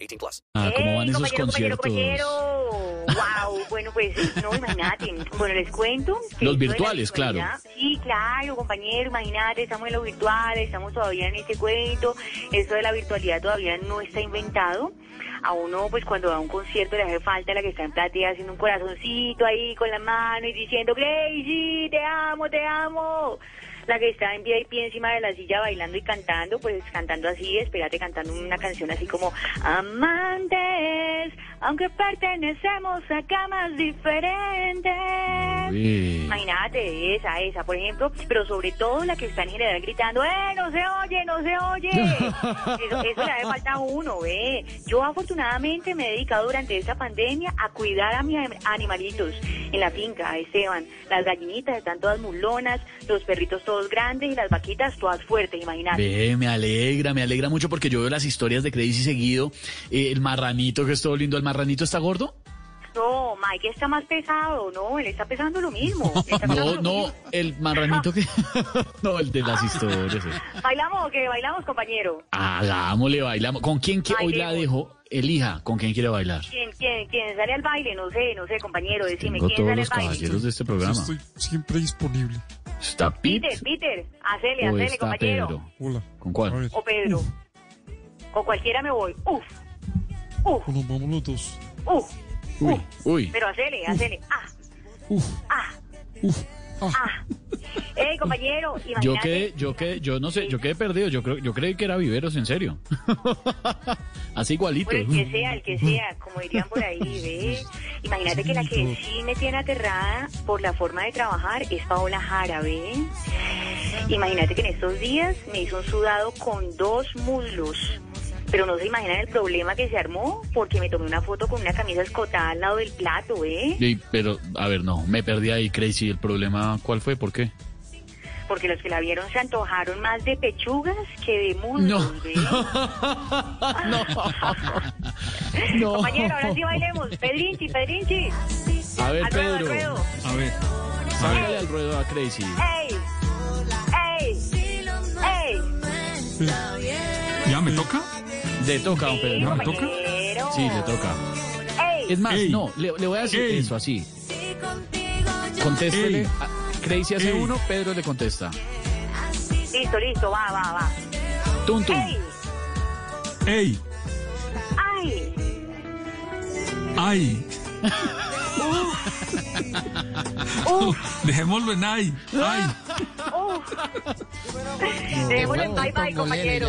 18 plus. Ah, ¿cómo van ¡Ey, esos compañero, conciertos? Compañero, ¡Wow! Bueno, pues, no, imagínate. Bueno, les cuento. que Los esto de la virtuales, claro. virtualidad- Sí, claro, compañero, imagínate, estamos en lo virtual, estamos todavía en este cuento. Esto de la virtualidad todavía no está inventado. A uno, pues, cuando va a un concierto le hace falta la que está en platea haciendo un corazoncito ahí con la mano y diciendo, Gracie, te amo, te amo. La que está en pie y pie encima de la silla bailando y cantando, pues cantando así, espérate cantando una canción así como Amantes, aunque pertenecemos a camas diferentes. Uy. Imagínate, esa, esa, por ejemplo, pero sobre todo la que está en general gritando, ¡eh, no se oye, no se oye! Eso, eso le hace falta a uno, ¿eh? Yo afortunadamente me he dedicado durante esta pandemia a cuidar a mis anim- animalitos en la finca, Esteban. Las gallinitas están todas mulonas, los perritos todos grandes y las vaquitas todas fuertes, imagínate. Ve, me alegra, me alegra mucho porque yo veo las historias de Crazy seguido. Eh, el marranito que es todo lindo. ¿El marranito está gordo? No, Mike está más pesado, no, él está pesando lo mismo. está pesando No, lo no, mismo. el marranito que. no, el de las historias. eh. ¿Bailamos o qué? ¿Bailamos, compañero? Hagámosle, bailamos. ¿Con quién que hoy la dejo? Elija, ¿con quién quiere bailar? ¿Quién, quién, quién sale al baile? No sé, no sé, compañero, decime, Tengo ¿quién todos sale al los baile? caballeros de este Yo programa. Estoy siempre disponible. ¿Está Pete Peter, Peter, hacele, o hacele, está compañero. Pedro? Hola. ¿Con A cuál? ver, O Pedro. O cualquiera me voy. Uf, uf, o nos vamos los dos. uf. Uy, uy. Pero hacele, hacele. Ah, Uf, ah, uf. ah. Ey, compañero, imagínate. Yo quedé, yo quedé, yo no sé, yo quedé perdido. Yo creo, yo creí que era Viveros, en serio. Así igualito. Bueno, el que sea, el que sea, como dirían por ahí, ¿ves? Imagínate que la que sí me tiene aterrada por la forma de trabajar es Paola Jara, ¿ves? Imagínate que en estos días me hizo un sudado con dos muslos. Pero no se imaginan el problema que se armó porque me tomé una foto con una camisa escotada al lado del plato, ¿eh? Y- pero, a ver, no, me perdí ahí, Crazy. ¿El problema cuál fue? ¿Por qué? Porque los que la vieron se antojaron más de pechugas que de muslos, No. ¿ve? no. no. Compañero, ahora sí bailemos. Pedrinchi, Pedrinchi. A ver, Al ruedo, al Pedro. ruedo. A ver. Sácale al ruedo a Crazy. ¡Ey! ¡Ey! ¡Ey! ¿Ya me toca? Le toca, don Pedro. ¿me toca? compañero. Sí, le toca. ¡Ey! Es más, Ey. no, le, le voy a decir Ey. eso así. Contéstele. Ey. a- Crazy hace Ey. uno, Pedro le contesta. Listo, listo, va, va, va. Tum, tum. ¡Ey! ¡Ey! ¡Ay! ¡Ay! ¡Uf! Oh, Dejémoslo en ay. ¡Ay! ¡Uf! Dejémoslo en bye bye, compañero.